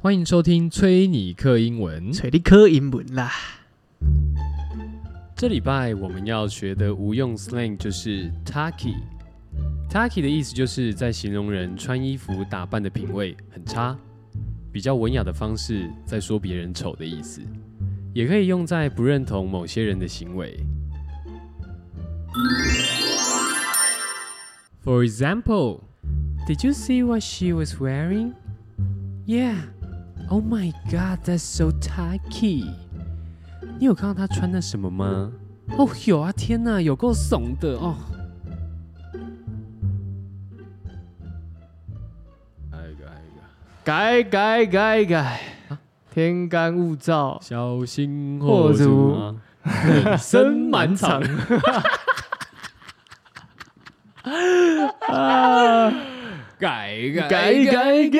欢迎收听崔尼克英文。找你考英文啦。这礼拜我们要学的无用 slang 就是 tacky。tacky 的意思就是在形容人穿衣服打扮的品味很差，比较文雅的方式在说别人丑的意思，也可以用在不认同某些人的行为。For example, did you see what she was wearing? Yeah. Oh my god, that's so tacky. 你有看到她穿的什么吗？哦，有啊！天哪，有够怂的哦。还有一个，还有一个，改改改改，啊天干物燥，小心火火烛烛啊，人生满场。啊，改改改改，改改改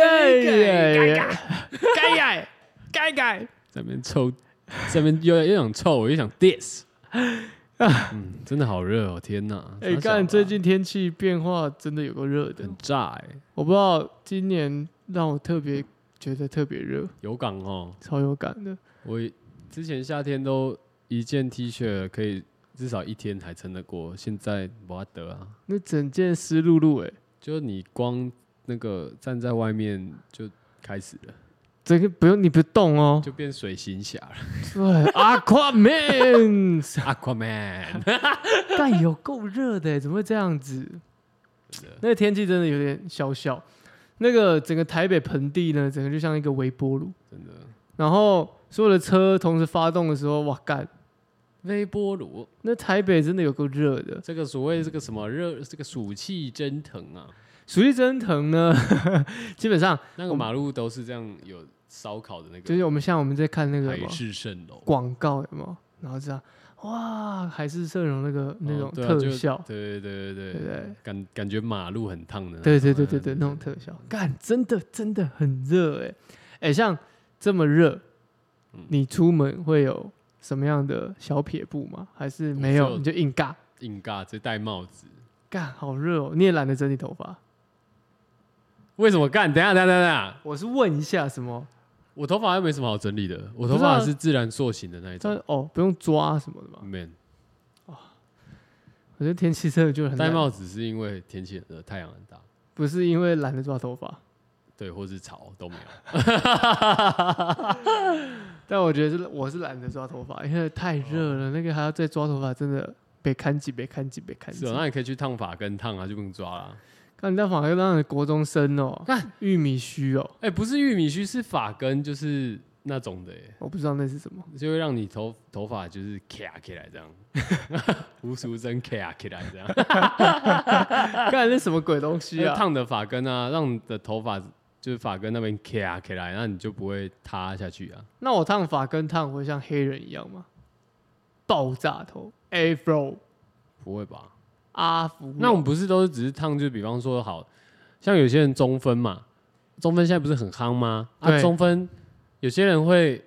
改改改改，在那边抽，在那边又又想臭，又想 diss。嗯，真的好热哦！天哪，啊傻哎，小看吧最近天气变化真的有个热的很，炸哎，我不知道今年让我特别觉得特别热，有感哦。超有感的。我之前夏天都一件 T 恤可以至少一天才撑得过，现在不得啊！那整件湿漉漉，哎，就你光那个站在外面就开始了，整个不用你不动哦。哎就变水行侠了对 ，Aquaman，，Aquaman。但有够热的，欸怎么会这样子？啊那个天气真的有点小小，那个整个台北盆地呢，整个就像一个微波炉，真的，然后所有的车同时发动的时候，哇干，微波炉那台北真的有够热的。这个所谓这个什么热，这个暑气蒸腾啊，暑气蒸腾呢， 基本上那个马路都是这样有烧烤的那就个是我们像我们在看那个什海么市蜃楼，广告有没有，然后这样哇，海市蜃楼那个那种哦对啊特就效，对对对对不对，对？感感觉马路很烫的那种啊，对对对对对，那种特效，干，真的真的很热哎、欸、哎、像这么热嗯，你出门会有什么样的小撇步吗？还是没我只有有你就硬尬？硬尬，直接戴帽子，干，好热哦！你也懒得整理头发。为什么干？等一下，等一下，等一下，我是问一下什么？我头发又没什么好整理的，我头不是啊发是自然塑形的那一但种。哦，不用抓什么的嘛。 man，我觉得天气真的就很戴懒帽子是因为天气很热，太阳很大，不是因为懒得抓 头发，对，或是潮都没有。但我觉得是我是懒得抓头发，因为太热哦了，那个还要再抓头发，真的被看几被看几被看是几哦，。那你可以去烫发根烫啊，就不用抓啦。看你那发又让人国中生哦，干玉米须哦，哎、不是玉米须，是发根，就是那种的耶，我不知道那是什么。就会让你头头发就是卡起来这样， 吴淑珍卡起来这 样，干那什么鬼东西就是啊？啊烫的发根啊，让你的头发就是发根那边卡起来，那你就不会塌下去啊。那我烫发跟烫会像黑人一样吗？爆炸头，Afro 不会吧？阿福，那我们不是都是只是烫，就比方说好，像有些人中分嘛，中分现在不是很夯吗？啊，对中分有些人会，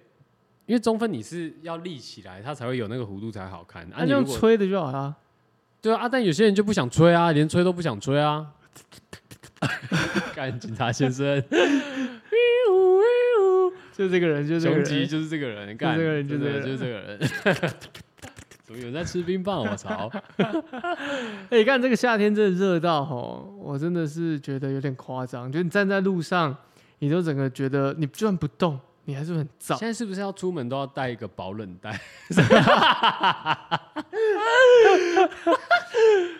因为中分你是要立起来，它才会有那个弧度才好看。啊，那你就如用果吹的就好啦。对啊，啊但有些人就不想吹啊，连吹都不想吹啊。 干警察先 生，就这个人，就这个雄吉人，就是这个人，干就这个人就真的这个就是人这个人。 怎么有人在吃冰棒？啊我 操！哎、看这个夏天真的热到吼，我真的是觉得有点夸张。就你站在路上，你都整个觉得你就算不动，你还是很燥。现在是不是要出门都要带一个保冷袋？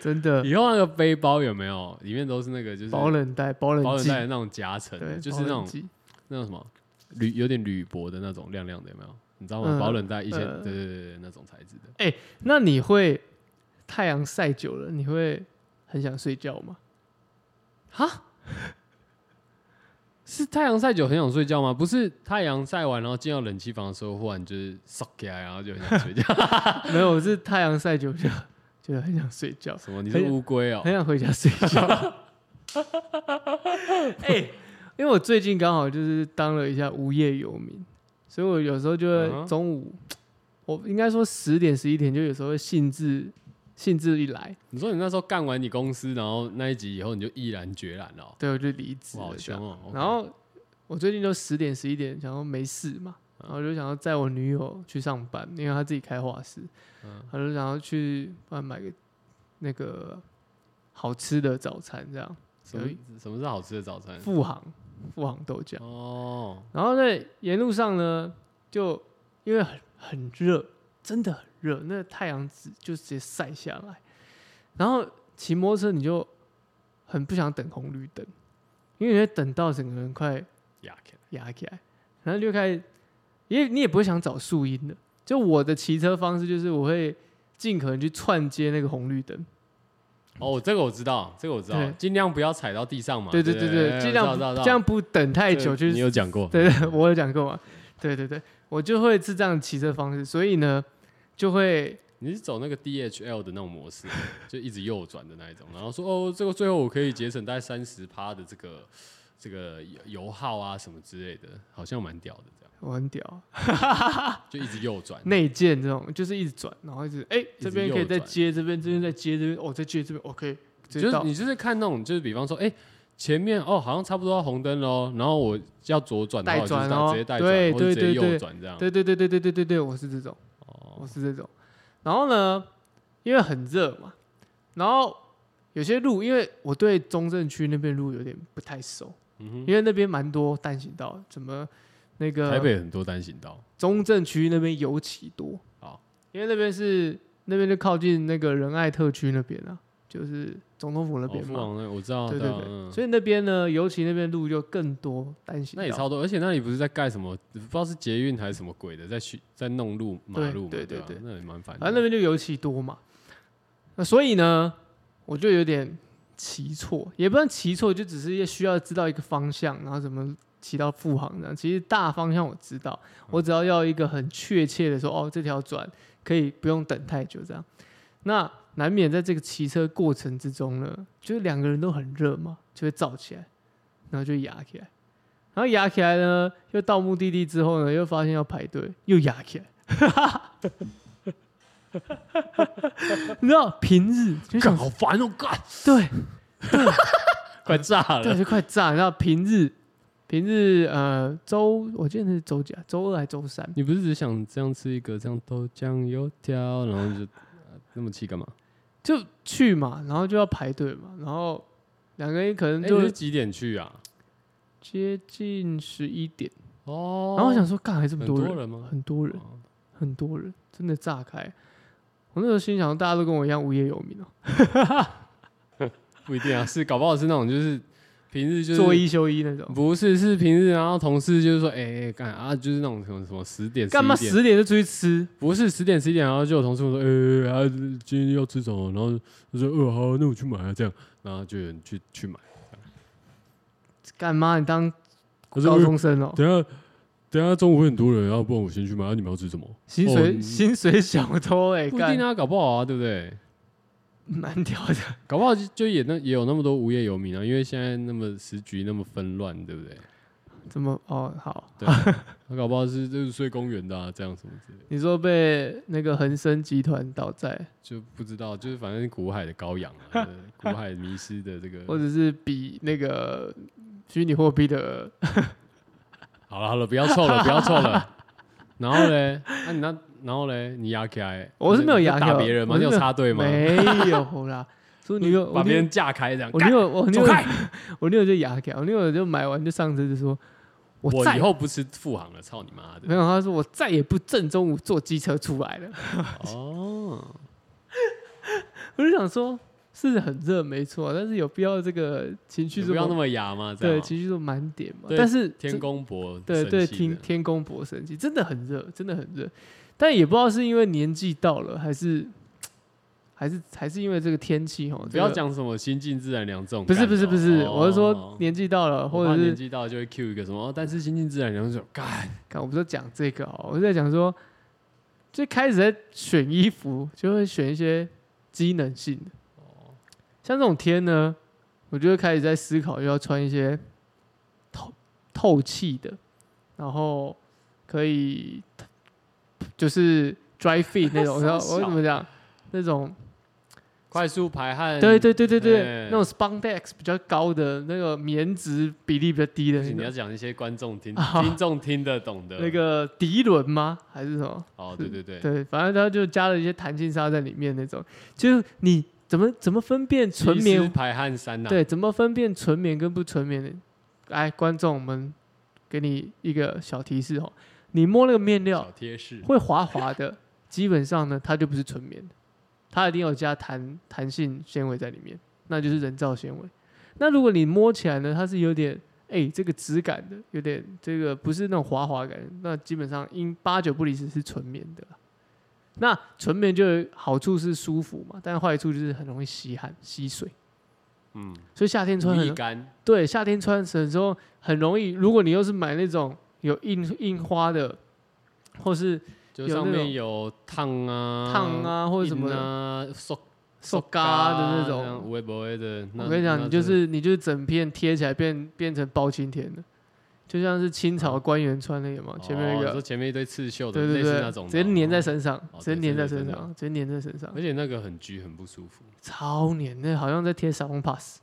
真的。以后那个背包有没有里面都是那个就是保冷带，保保冷冷剂袋，的那种夹层的，对，就是保那冷种剂那种什么铝有点铝箔的那种亮亮的，有没有？你知道吗？嗯保冷袋以前嗯对对对对那种材质的，那你会太阳晒久了，你会很想睡觉吗？是太阳晒久很想睡觉吗？不是太阳晒完然后进到冷气房的时候，忽然就是缩起来，然后就很想睡 觉。没有，我是太阳晒久就觉得很想睡觉，什么？你是乌龟哦？很想回家睡 觉。哎、因为我最近刚好就是当了一下无业游民，所以我有时候就嗯哼会中午我应该说十点十一点就有时候会兴致兴致一来，你说你那时候干完你公司，然后那一集以后你就毅然决然了哦，对我就离职哇，了好这凶样。哦！啊然后我最近都十点十一点，想说没事嘛，然后就想要载我女友去上班，因为她自己开画室，嗯她就想要去帮买个那个好吃的早餐，这样什么嗯什么是好吃的早餐？富航富航豆浆。哦，然后在沿路上呢，就因为很很热，真的很热，那个太阳直就直接晒下来。然后骑摩托车你就很不想等红绿灯，因为你会等到整个人快亚克压起来，然后就开始，因为你也不会想找树荫的。就我的骑车方式就是我会尽可能去串接那个红绿灯，哦，这个我知道，这个我知道对，尽量不要踩到地上嘛。对对对对对，尽量知道知道不知道这样不等太这久个去你有讲过，对对，我有讲过嘛。对对对，我就会是这样骑车方式，所以呢，就会你是走那个 DHL 的那种模式， 就一直右转的那一种，然后说哦，这个最后我可以节省大概三十趴的这个这个油油耗啊什么之类的，好像蛮屌的这样，我很屌，就一直右转。内建这种就是一直转，然后一直哎、这边可以再右转接这边，这边再接这边，哦再接这边，OK，就直接是到你就是看那种，就是比方说，哎、前面哦好像差不多要红灯喽，然后我要左转的话，带转就是这样哦直接带转，对或者对直接对右对转这样。对对对对对对对对，我是这种，我哦，是这种。然后呢，因为很热嘛，然后有些路，因为我对中正区那边路有点不太熟，嗯因为那边蛮多单行道，怎么那哼，个台北很多单行道，中正区那边尤其多。好，因为那边是那边就靠近那个仁爱特区那边啊，就是总统府那哦，边富嘛。王那我知道，对对对啊对，嗯所以那边呢，尤其那边路就更多单行道。那也超多，而且那里不是在盖什么，不知道是捷运还是什么鬼的，在去在弄路马对路嘛，对对对吧对那也蛮烦的。反正那边就尤其多嘛。那所以呢，我就有点骑错，也不算骑错，就只是需要知道一个方向，然后怎么骑到富航这样。其实大方向我知道，我只要要一个很确切的说，哦，这条转可以不用等太久这样。那难免在这个骑车过程之中呢，就是两个人都很热嘛，就会燥起来，然后就压起来，然后压起来呢，又到目的地之后呢，又发现要排队，又压起来。 你知道平日就干想好烦哦，干对快炸对了。就快炸，然后平日平日呃周我记得是周几啊？周二还周三？你不是只想这样吃一个这样豆浆油条，然后就、呃那么气干嘛？就去嘛，然后就要排队嘛，然后两个人可能哎、你就是几点去啊？接近十一点，哦，然后我想说，干还这么很多多人，人吗？很多人，哦很多人，真的炸开。我那时候心想，大家都跟我一样无业游民哦、不一定啊，是搞不好是那种就是平日就是做一休一那种。不是是平日，然后同事就是说，哎、哎干啊，就是那种什么什么十点干嘛11点十点就出去吃？不是十点十一点，然后就有同事跟我说，呃、啊，今天要吃什么？然后就说，呃，好，那我去买啊，这样，然后就有人去去买。干嘛？你当他说，高呃中生哦、等一下等一下中午会很多人，要不然我先去买。啊、你们要吃什么？薪哦水、你薪水小偷哎、不一干定啊，搞不好啊，对不对？蛮屌的。搞不好就就也那也有那么多无业游民啊，因为现在那么时局那么纷乱，对不对？怎么？哦，好，他搞不好是就是睡公园的啊，这样什么之类的，你说被那个恒生集团倒债，就不知道，就是反正是古海的羔羊啊，对 古海迷失的这个。或者是比那个虚拟货币的好了好了，不要凑了，不要凑了。 然后嘞，那、你那然后嘞，你压起来，我是没有压你在打起来别人吗？我你是有没有插队吗？没有啦，说女友，把我别女友人架开这样，我干女友，我女走友，开！我女友就牙给，我女友就买完就上车就说，我再以后不吃富航了，操你妈没的！有，她说我再也不正中午坐机车出来了。 哦，我就想说，是很热没错，但是有必要这个情绪你这不要那么么压嘛，这样对嘛。情绪这么满点嘛？对但是天这公伯对神对，器天的天公伯神奇，真的很热，真的很热。但也不知道是因为年纪到了，还是还是还是因为这个天气哦。不要这个，讲什么心静自然凉这种不干是的哦。不是不是，哦我是说，年纪到了，或我者怕年是纪大了就会 Q 一个什么，哦但是心静自然凉这种，干看我不是讲这个哦，我是在讲说，最开始在选衣服就会选一些机能性的，哦像这种天呢，我就会开始在思考要穿一些透透气的，然后可以 就是 dry fit 那种，傻然后我笑怎么讲那种快速排汗，对对对对对哎，那种 spandex 比较高的那个棉质比例比较低的不行，你那要种，讲一些观众听、啊听众听得懂的。 那个涤纶吗？还是什么？哦，对对对，对，反正它就加了一些弹性纱在里面那种，就是你怎么怎么分辨纯棉吸湿排汗衫呐、对，怎么分辨纯棉跟不纯棉的？来，观众，我们给你一个小提示哦，你摸那个面料小贴士。会滑滑的，基本上呢，它就不是纯棉，它一定有加弹弹性纤维在里面，那就是人造纤维。那如果你摸起来呢，它是有点哎、这个质感的，有点这个不是那种滑滑感，那基本上应八九不离十是纯棉的啦。那纯棉就有好处是舒服嘛，但坏处就是很容易吸汗、吸水，嗯，所以夏天穿很沥干，对，夏天穿的时候很容易，如果你又是买那种有印印花的，或是就有上那种面有烫啊、烫啊或者什么印的啊、塑塑嘎的那这样种，微博的。那我跟你讲，那你就真的是你就是整片贴起来变变成包青天的，就像是清朝官员穿的有吗？前面嗯哦有一你个说，前面一堆刺绣的，对类对似那对，种的，直接粘在哦身上，哦直接对粘在真的身真的上，直接粘在身上，而且那个很焗，很不舒服。超粘，那好像在贴闪光 pass。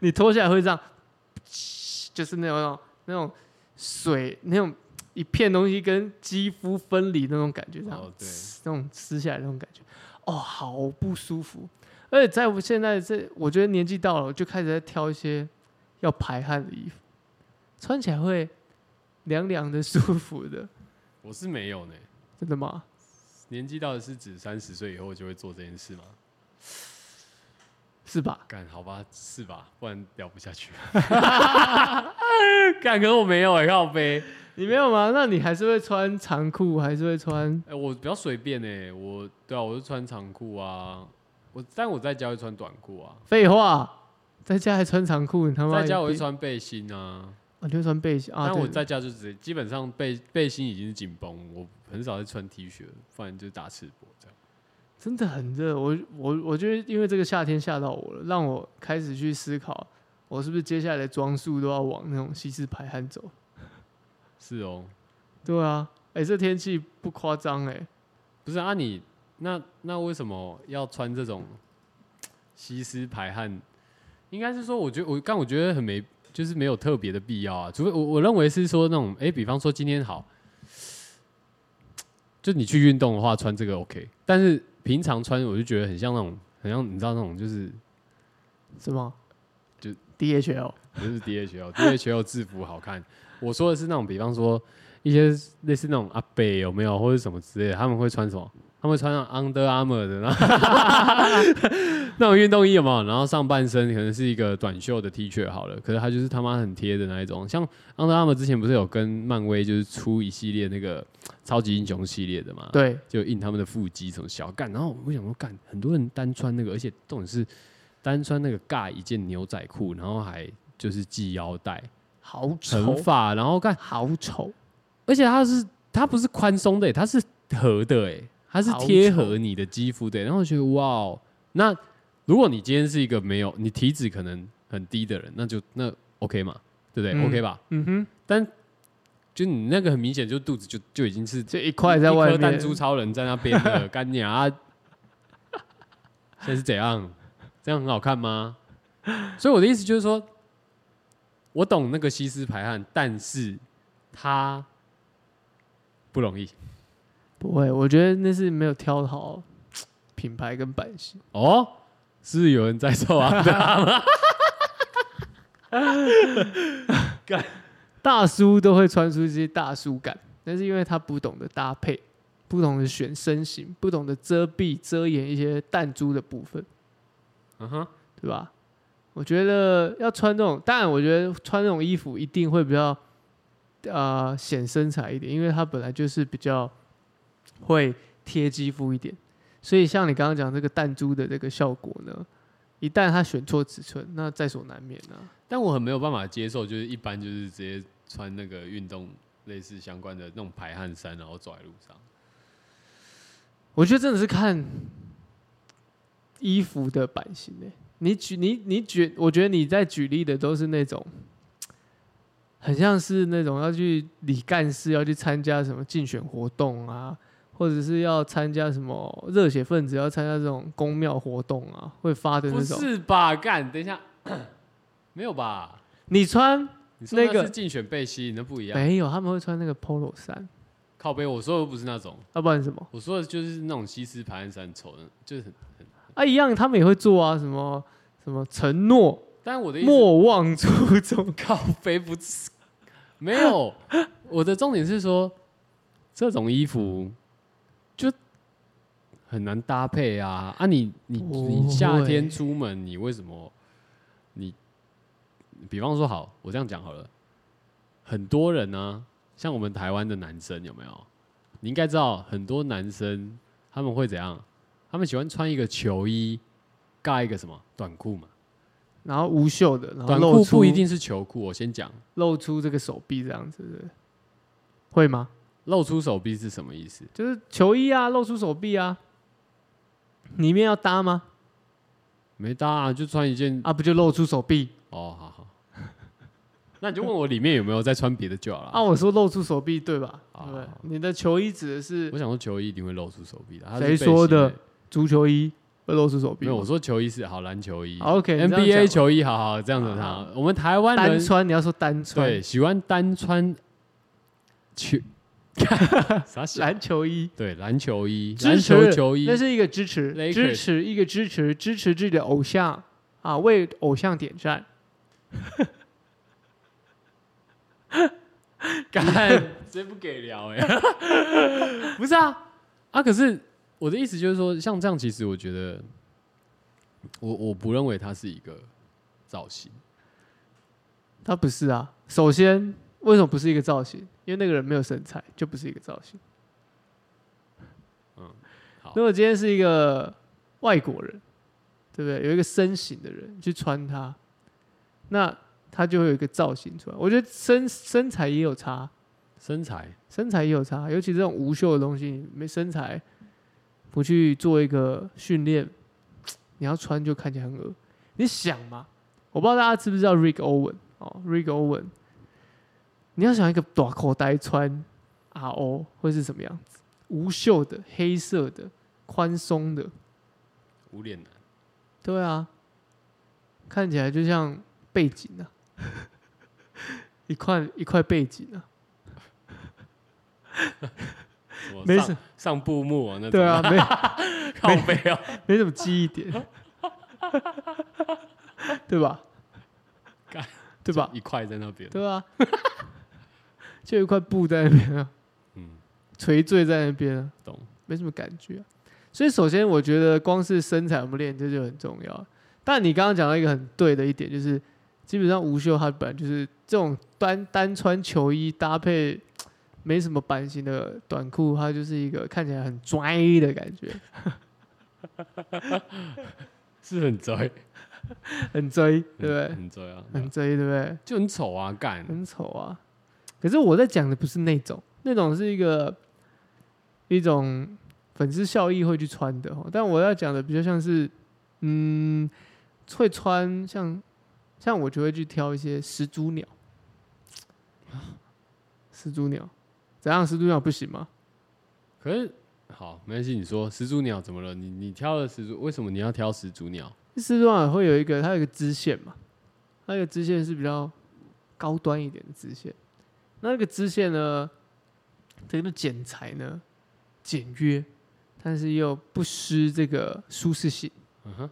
你脱下来会这样， 就是那种那种那种水那种一片东西跟肌肤分离那种感觉，这样、哦对那种撕下来那种感觉，哦，好不舒服。而且在我现在这，我觉得年纪到了，我就开始在挑一些要排汗的衣服，穿起来会凉凉的、舒服的，我是没有呢，真的吗？年纪到底是指三十岁以后就会做这件事吗？是吧？干好吧，是吧？不然聊不下去。 干，可是我没有哎、靠背。你没有吗？那你还是会穿长裤，还是会穿？哎、我比较随便哎、我对啊，我是穿长裤啊，我但我在家会穿短裤啊，废话，在家还穿长裤，你他妈在家我会一定，穿背心啊，我就穿背心啊。但对我在家就直接基本上背背心已经是紧绷，我很少在穿 T 恤，不然就是打赤膊这样。真的很热，我我我觉得因为这个夏天吓到我了，让我开始去思考，我是不是接下来的装束都要往那种西式排汗走？是哦，对啊，哎、这天气不夸张哎，不是啊你那那为什么要穿这种吸湿排汗？应该是说，我觉得我刚我觉得很没，就是没有特别的必要啊。除非我我认为是说那种，哎、比方说今天好，就你去运动的话穿这个 OK，但是平常穿我就觉得很像那种，很像你知道那种就是什么？就啊 DHL 不是 DHL，DHL 制服好看。我说的是那种，比方说一些类似那种阿北有没有，或者什么之类的，他们会穿什么？他们会穿上 Under Armour 的然后 那种运动衣有没有？然后上半身可能是一个短袖的 T 恤好了，可是它就是他妈很贴的那一种。像 Under Armour 之前不是有跟漫威就是出一系列那个超级英雄系列的嘛？对，就印他们的腹肌什么小干，然后我想说干，很多人单穿那个，而且重点是单穿那个尬一件牛仔裤，然后还就是系腰带、好惩丑，发，然后干，好丑，而且它是它不是宽松的、它是合的、欸，它是好贴丑合你的肌肤的、然后我觉得哇、哦，那如果你今天是一个没有你体脂可能很低的人，那就那 OK 嘛，对不对、嗯 o k 吧？嗯哼，就你那个很明显就肚子就就已经是就一块在外一颗弹面，珠超人在那边的干娘 啊，现在是怎样？这样很好看吗？所以我的意思就是说，我懂那个西施排汗，但是它不容易不会，我觉得那是没有挑好品牌跟版型。哦。是不是有人在做啊？对 啊大叔都会穿出这些大叔感，但是因为他不懂得搭配，不懂得选身形，不懂得遮蔽遮掩一些弹珠的部分，嗯哼，对吧？我觉得要穿这种，当然我觉得穿这种衣服一定会比较呃显身材一点，因为它本来就是比较会贴肌肤一点，所以像你刚刚讲这个弹珠的这个效果呢，一旦他选错尺寸，那在所难免啊。但我很没有办法接受，就是一般就是直接穿那个运动类似相关的那种排汗衫，然后走在路上。我觉得真的是看衣服的版型诶、你举你你举，我觉得你在举例的都是那种，很像是那种要去李干事要去参加什么竞选活动啊，或者是要参加什么热血分子要参加这种公庙活动啊，会发的不那种。是吧？干，等一下， 没有吧？你穿你说那那个是竞选背心，那不一样。没有？他们会穿那个 polo 衫，啊靠背，我说的不是那种，要、不然什么我说的就是那种西施排汗衫丑的，就是很。啊？一样，他们也会做啊，什么什么承诺，但我的意思，莫忘初衷。 靠背不是没有。 我的重点是说，这种衣服就很难搭配啊！啊你，你不你夏天会出门，你为什么你？比方说，好，我这样讲好了，很多人呢、像我们台湾的男生有没有？你应该知道，很多男生他们会怎样？他们喜欢穿一个球衣，盖一个什么短裤嘛？然后无袖的，然后短露裤出不一定是球裤，我先讲。露出这个手臂这样子，对不对会吗？露出手臂是什么意思？就是球衣啊，露出手臂啊，里面要搭吗？没搭啊，就穿一件。啊，不就露出手臂哦，好好。 那你就问我里面有没有在穿别的就好了。啊？我说露出手臂对吧？啊对不对？你的球衣指的是我想说球衣一定会露出手臂的。它是谁背说心欸的？足球衣会露出手臂没吗？有，我说球衣是好篮球衣。好，OK，你这样啊讲 NBA 球衣，好好这样子好好好。我们台湾单人穿，你要说单穿对喜欢单穿 球，啥小篮球衣，对篮球衣，篮支持球球衣那是一个支持， Lakers 支持一个支持，支持自己的偶像啊，为偶像点赞。 干，直接不给聊哎、不是啊啊！可是我的意思就是说，像这样，其实我觉得，我我不认为它是一个造型，他不是啊，首先为什么不是一个造型？因为那个人没有身材，就不是一个造型。嗯好如果今天是一个外国人，对不对？有一个身形的人去穿它，那他就会有一个造型出来。我觉得身身材也有差，身材身材也有差，尤其这种无袖的东西，你没身材不去做一个训练，你要穿就看起来很恶。你想嘛，我不知道大家知不知道 Rick Owen 哦，Rick Owen，你要想一个短口袋穿 RO 会是什么样子？无袖的、黑色的、宽松的，无脸男，对啊，看起来就像背景 啊，一块一块背景啊。什么没上事上布幕啊那种，对啊，没靠背啊，没什么记 忆点，对吧干？对吧？一块在那边，对啊， 就有一块布在那边啊，嗯，垂坠在那边啊，懂，没什么感觉啊、所以首先我觉得光是身材不练这就很重要。但你刚刚讲到一个很对的一点，就是基本上无袖它本来就是这种单单穿球衣搭配没什么版型的短裤，它就是一个看起来很拽的感觉。是很拽，很追，对不很对？很拽啊，很追，对不对？就很丑啊，干，很丑啊。可是我在讲的不是那种，那种是一个一种粉丝效益会去穿的哦，但我要讲的比较像是，嗯，会穿像像我就会去挑一些始祖鸟，始祖鸟怎样？始祖鸟不行吗？可是。好，没关系。你说始祖鸟怎么了？你你挑了始祖，为什么你要挑始祖鸟？始祖鸟会有一个它有一个支线嘛，它有一个支线是比较高端一点的支线，那那个支线呢，这个剪裁呢简约，但是又不失这个舒适性，嗯哼，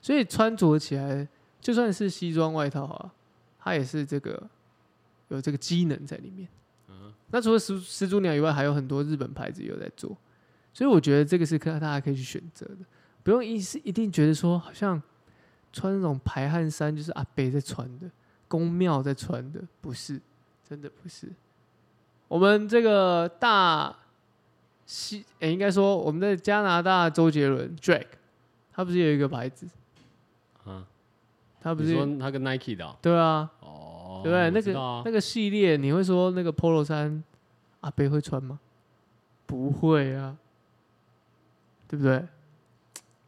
所以穿着起来就算是西装外套啊，它也是这个有这个机能在里面。嗯那除了始始祖鸟以外，还有很多日本牌子也有在做，所以我觉得这个是可大家可以去选择的，不用一是一定觉得说好像穿那种排汗衫就是阿伯在穿的，宫庙在穿的，不是，真的不是。我们这个大西，诶、应该说我们在加拿大周杰伦 Drake，他不是有一个牌子，啊，他不你是说他跟 Nike 的哦、对啊，哦，对不对？我那知个、道啊那个系列，你会说那个 polo 衫阿贝会穿吗？不会啊，对不对？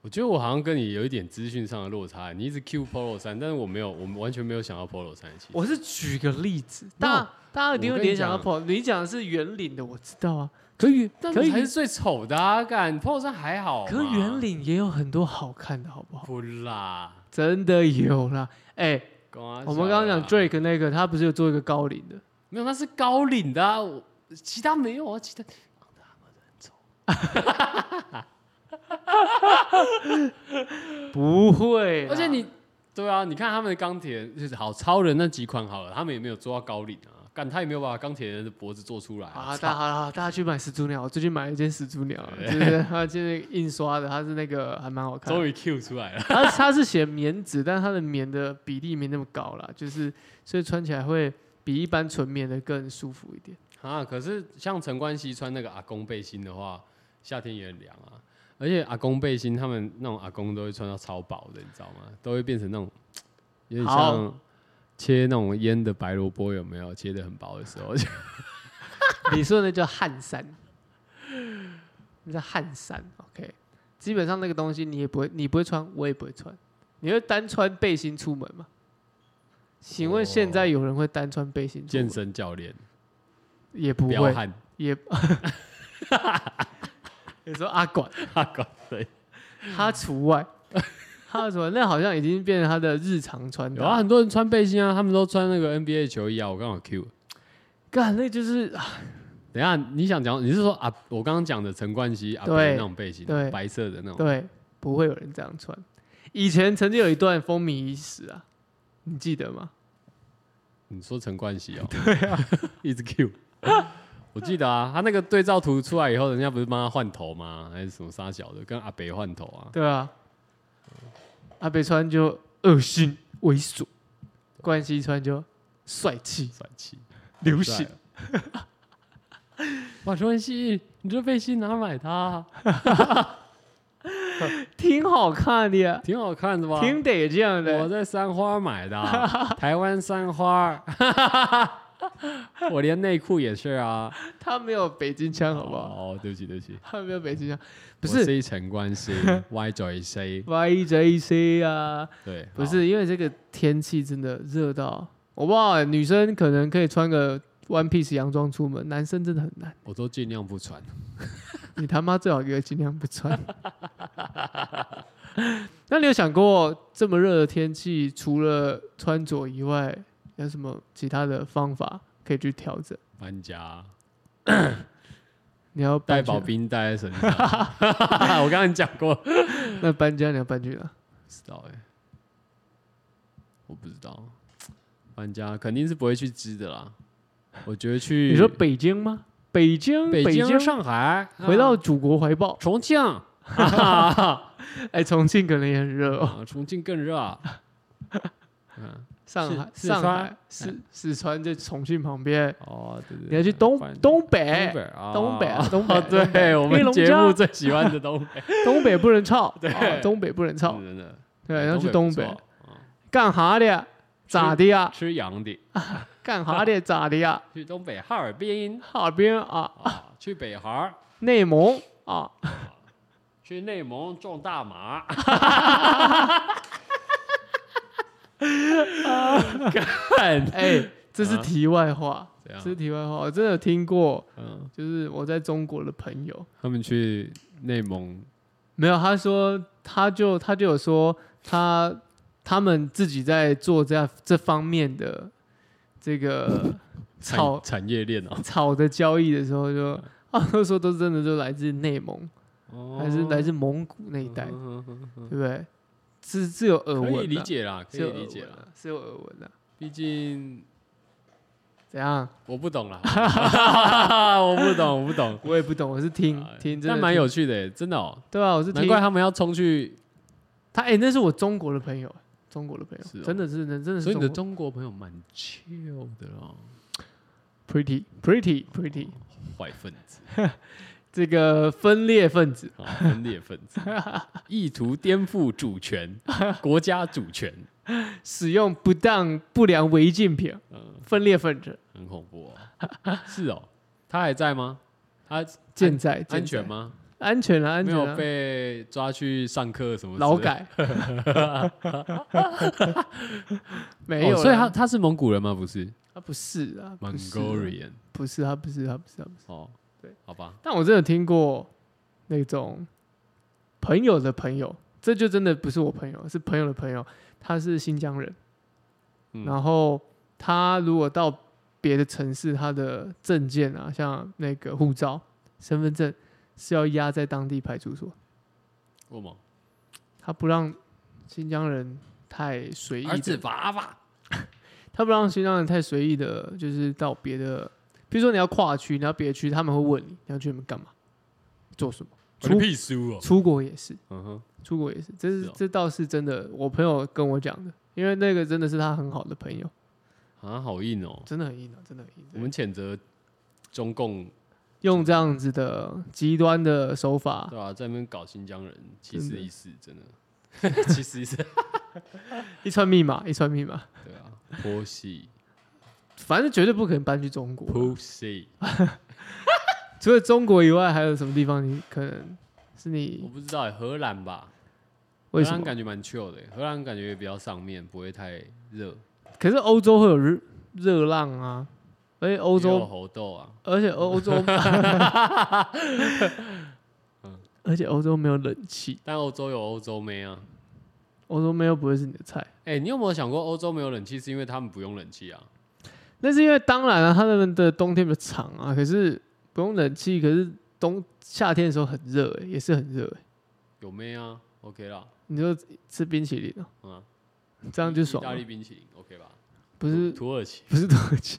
我觉得我好像跟你有一点资讯上的落差，你一直 Q Polo 衫，但是我没有，我们完全没有想到 Polo 衫。其实我是举个例子， No，大大家一定我会跟你联想到讲 polo，你讲的是圆领的，我知道啊。可以，但可以才是最丑的啊！干 Polo 衫还好嘛，可是圆领也有很多好看的，好不好？不啦。啊真的有啦，哎、跟我我们刚刚讲最 Drake 那个，他不是有做一个高领的？没有，那是高领的、啊，我其他没有啊，其他不会啦，啊而且你对啊，你看他们的钢铁就是好超人那几款好了，他们也没有做到高领啊，干他也没有把钢铁人的脖子做出来啊，大操家好了，好了大家去买始祖鸟，我最近买了一件始祖鸟， 就是它就是印刷的，它是那个还蛮好看的。终于 Q 出来了，它它是写棉质，但是它的棉的比例没那么高啦，就是所以穿起来会比一般纯棉的更舒服一 点。啊！可是像陈冠希穿那个阿公背心的话，夏天也很凉啊。而且阿公背心，他们那种阿公都会穿到超薄的，你知道吗？都会变成那种有点像好切那种腌的白萝卜，有没有？切的很薄的时候，你说的那叫汗衫，那叫汗衫。OK，基本上那个东西你也不会，你不会穿，我也不会穿。你会单穿背心出门吗？请问现在有人会单穿背心出哦健门？身教练也不彪会，悍也。 你说阿管阿公对。他除外，他除外，那好像已经变成他的日常穿有搭。啊，很多人穿背心啊，他们都穿那个 NBA 球衣啊。我刚好 Q。干，那就是啊等一下，你想讲，你是说啊？我刚刚讲的陈冠希啊，对那种背心，对白色的那种，对，不会有人这样穿。以前曾经有一段风靡一时啊，你记得吗？你说陈冠希哦？ 对啊，一直 Q。我记得啊，他那个对照图出来以后，人家不是帮他换头吗？还是什么杀小的，跟阿北换头啊？对啊，阿北穿就恶心猥琐，关西穿就帅气帅气，流行。帅啊。哇，陈冠希，你这背心哪买的啊？挺好看的呀，挺好看的吧？挺得这样我的。在三花买的啊， 台湾三花。 我连内裤也是啊，他没有北京腔，好不好？哦，对不起，对不起，他没有北京腔，不我是是陈冠希 Y 嘴 C， YJC 啊，对，不好是因为这个天气真的热到，我不知道欸、女生可能可以穿个 One Piece 洋装出门，男生真的很难。我都尽量不穿。你他妈最好给我尽量不穿。 那你有想过这么热的天气，除了穿着以外，有什么其他的方法可以去调整？搬家你要带搬去保冰袋在身 上，我刚刚讲过，不那搬家你要搬去哪？知道哎、我不知道，搬家肯定是不会去织的啦，我觉得去你说北京吗？北京，北京，京、啊上海，回到啊祖国 怀抱。重庆啊哎，重庆可能也很热哦。重庆更热啊。嗯上海，四川上海，四四川在重庆旁边。哦，对对，你要去东反正东东北北，啊，东北啊，东北哦，，东北对我黑们龙节江目最喜欢的东北，东北不能吵，对啊东北不能吵，真的，对，然后去东东北不错干哈的呀？咋的呀？吃羊的，干哈的？ 咋的呀？去东北哈尔滨哈尔滨啊，啊，去北韩儿，内蒙啊，去内蒙种大 麻，看哎、 这是啊题外话，怎这样？是题外话。我真的有听过，嗯，就是我在中国的朋友，他们去内蒙，没有，他说他就他就有说他他们自己在做这样这方面的 这个产草产业链哦，草的交易的时候就，嗯啊，都说都真的就来自内蒙，哦还是来自蒙古那一带，嗯嗯嗯对不对？是是有耳嗯闻、啊的。可以理解啦，可是有以耳理解闻啦，啊，是有耳闻的、毕竟怎样？我不 懂啦， 我不懂，我不懂。我也不懂，我是听听，真啊但的蛮听有趣的欸，真的哦，对啊，我是难听怪他们要冲去。他哎、那是我中国的朋友，中国的朋友，是哦真的是真的真的所是以你的中中国朋友蛮 chill 的哦，国 pretty pretty pretty 坏分子这个分裂分子，啊，分裂分子，意图颠覆主权、国家主权，使用不当不良违禁品，嗯，分裂分子很恐怖哦。是哦，他还在吗？他健在安全健在吗？安全啊，安没全有啊，被抓去上课什么之类的哦劳 改，没有哦啦、所以他他是蒙古人吗？不是他不是啊，不是啊，Mongolian 不是他不是他不是他不是，哦，对，好吧，但我真的听过那种朋友的朋友，这就真的不是我朋友，是朋友的朋友，他是新疆人，嗯然后他如果到别的城市，他的证件啊，像那个护照、身份证是要压在当地派出所，我吗？他不让新疆人太随意儿子的，爸爸，他不让新疆人太随意的，就是到别的，比如说你要跨区，你要别的区，他们会问你你要去那边干嘛，做什么，出屁书哦，出国也是。嗯哼，出国也是，这是是哦这倒是真的，我朋友跟我讲的，因为那个真的是他很好的朋友，啊，好硬哦，真的很硬啊，真的很硬。我们谴责中共用这样子的极端的手法，对啊，在那边搞新疆人，歧真视的意识，真的， 歧视意识，一串密码一串密码，对啊，婆媳反正绝对不可能搬去中国啊。婆媳，除了中国以外，还有什么地方你可能是我你不知道欸，荷兰吧，荷为什兰么？感觉蛮 chill 的欸，荷兰感觉也比较上面，不会太热，可是欧洲会有热热浪啊，而且欧也有洲，猴痘啊，而且欧洲，而且欧洲没有冷气，但欧洲有欧洲妹啊。欧洲没有不会是你的菜。哎、你有没有想过，欧洲没有冷气是因为他们不用冷气啊？那是因为当然啊，他们的冬天比较长啊，可是不用冷气，可是冬夏天的时候很热、欸，也是很热、欸。有妹啊，OK 啦，你就吃冰淇淋啊，嗯啊、这样就爽意大了利。冰淇淋 OK 吧？不是土耳其，不是土耳其，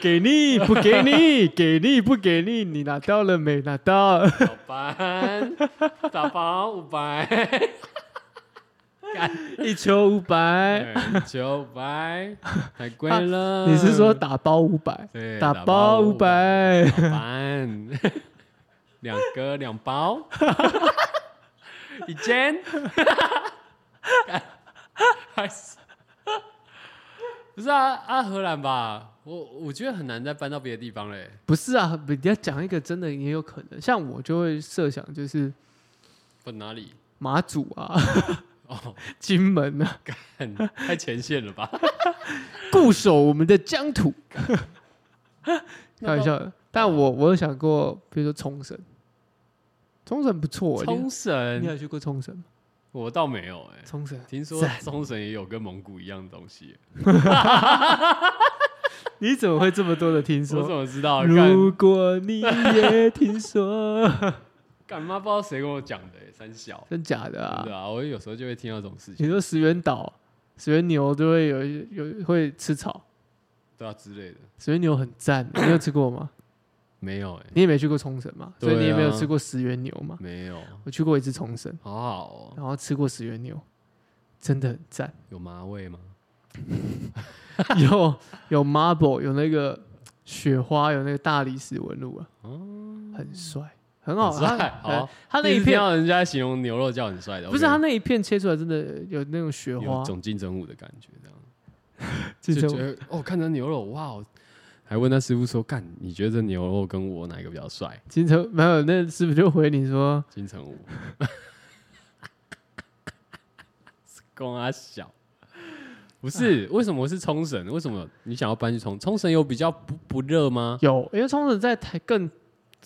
给你不给你，给你不给你，你拿到了没？拿到。老板，打包五 百， 一球五百，九百，太贵了。 啊你是说打包五百？对嗯打包五？百，老板，两个两包，一间，干还是不是啊？啊，荷兰吧，我我觉得很难再搬到别的地方嘞。不是啊，你要讲一个真的也有可能，像我就会设想就是搬哪里？马祖啊， 哦，金门啊，很太前线了吧？固守我们的疆 土。开玩那啊笑的，但我我有想过，比如说冲绳，冲绳不错、到，欸。你冲你绳有去过冲绳吗？我倒没有哎、冲绳，听说赞冲绳也有跟蒙古一样的东西，你怎么会这么多的听我怎说？么知道？如果你也听说， 干干妈不知道谁跟我讲的、欸，三小。真假的真啊？的啊，我有时候就会听到这种事情，你说石原岛，石原牛都会有一有会吃草，对啊之类的。石原牛很赞，你有吃 过吗？没有哎、你也没去过冲绳嘛，所以对你也没有啊吃过石原牛嘛？没有，我去过一次冲绳，好好哦、然后吃过石原牛，真的很赞。有麻味吗？ 有有 marble，有那个雪花，有那个大理石纹路啊，很帅，很好。很帅它好啊呃它那第一次听片到人家形容牛肉叫很帅的，不是它 OK 那一片切出来，真的有那种雪花有，种金城武的感觉，这样就就觉觉得得哦，看着牛肉哇哦，还问他师傅说，干，你觉得这牛肉跟我哪一个比较帅？金城没有，那师傅就回你说，金城武， 是公阿小。不是，为什么是冲绳？为什么你想要搬去冲？冲绳有比较不不热吗？有，因为冲绳在台更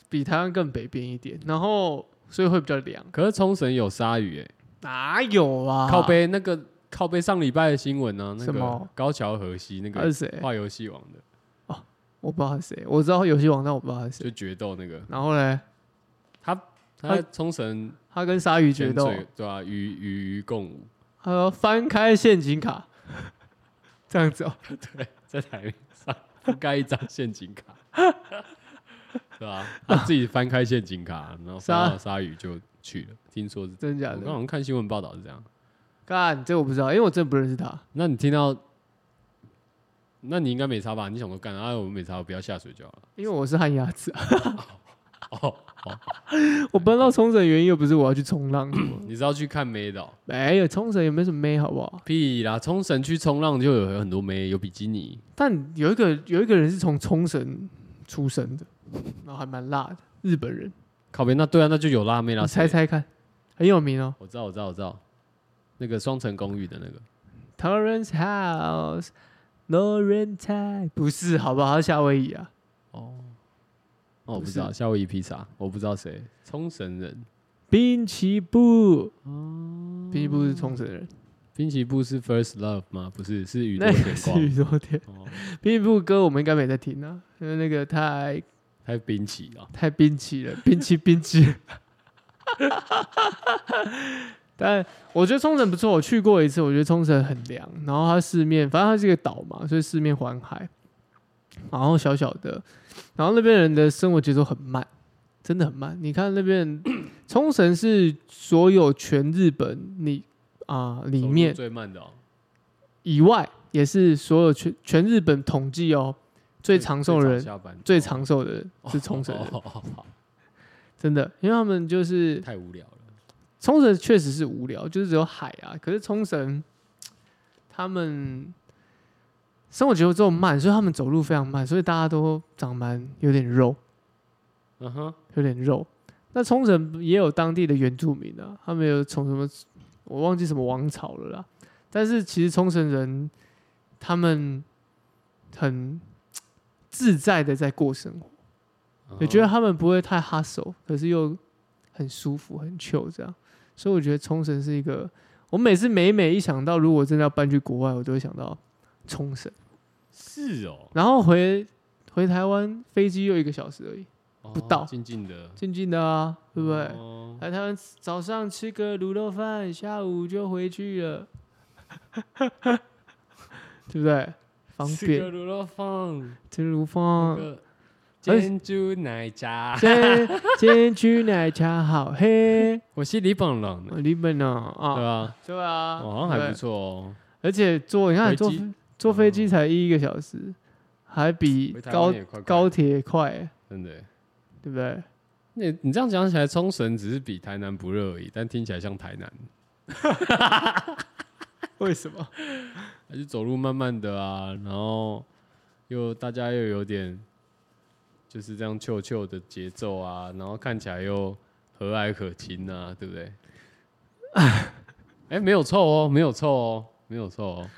比台湾更北边一点，然后所以会比较凉。可是冲绳有鲨鱼、欸，哪有啊？靠背那个靠背上礼拜的新闻呢、那什个么呃高桥和希那他是个谁？画游戏王的，我不知道他是谁，我知道游戏王，但我不知道他是谁。就决斗那个，然后嘞，他在冲绳他跟鲨鱼决潜斗，水对啊，与与鱼共舞，他说翻开陷阱卡， 这样子哦。在台面上覆盖一张陷阱卡， 对啊，他自己翻开陷阱卡，然后鲨翻到鲨鱼就去了，听说是，真的假我刚好的？像看新闻报道是这样。干，这我不知道，因为我真的不认识他。那你听到？那你应该没差吧？你想说干啊？我们没差，不要下水就好了。因为我是旱鸭子、啊，哦， 我搬到冲绳的原因又不是我要去冲浪什么，你是要去看妹的哦、 没有冲绳也没什么妹，好不好？屁啦！冲绳去冲浪就有很多妹，有比基尼，但有一个有一个人是从冲绳出生的，然后还蛮辣的日本人，靠边，那对啊，那就有辣妹啦。你猜谁，猜看，很有名哦。我知道，我知道，我知道，那个双层公寓的那个， Torrance House。Lorentine 不是，好不好？它是夏威夷啊，哦，哦，我不不是啊知道，夏威夷披萨，我不知道谁，冲绳人，滨崎步。哦滨崎步是冲绳人，滨崎步是 First Love 吗？不是，是宇多那田个是光宇，多田。哦，滨崎步歌我们应该没在听啊，因为那个太还有滨崎啊，太滨崎了， 滨崎滨崎。但我觉得冲绳不错，我去过一次，我觉得冲绳很凉，然后它四面，反正它是一个岛嘛，所以四面环海，然后小小的，然后那边人的生活节奏很慢，真的很慢。你看那边人冲绳是所有全日本你啊、里走路面最慢的哦，以外，也是所有全全日本统计哦，最长寿的早人、下班最哦长寿的人是冲绳人哦，哦哦哦 真的，因为他们就是 太无聊了，冲绳确实是无聊，就是只有海啊。可是冲绳他们生活节奏这么慢，所以他们走路非常慢，所以大家都长蛮有点肉，嗯哼，有点肉。那冲绳也有当地的原住民啊，他们有从什么我忘记什么王朝了啦。但是其实冲绳人他们很自在的在过生活。也觉得 Uh-huh 嗯他们不会太 hustle，可是又很舒服、很 chill 这样。所以我觉得冲绳是一个，我每次每每一想到如果真的要搬去国外，我都会想到冲绳。是哦，然后回回台湾飞机又一个小时而已，哦不到静静的，近近的啊，对不对？哦来台湾早上吃个卤肉饭，下午就回去了， 对不对？方吃个便卤肉饭，吃卤那饭，个珍珠奶茶， 先先去奶茶好嘿，我是李本人的，你们呢？对啊，吧？对啊，哦好像还对不错哦，而且坐你看飞坐机哦飞坐飞机才一个小时，还比回台湾高也快快高铁快、真的耶。对不对？你你这样讲起来，冲绳只是比台南不热而已，但听起来像台南， 为什么？还是走路慢慢的啊，然后又大家又有点就是这样臭臭的节奏啊，然后看起来又和蔼可亲啊，对不 对？哎、没有臭哦，没有臭哦，没有臭哦，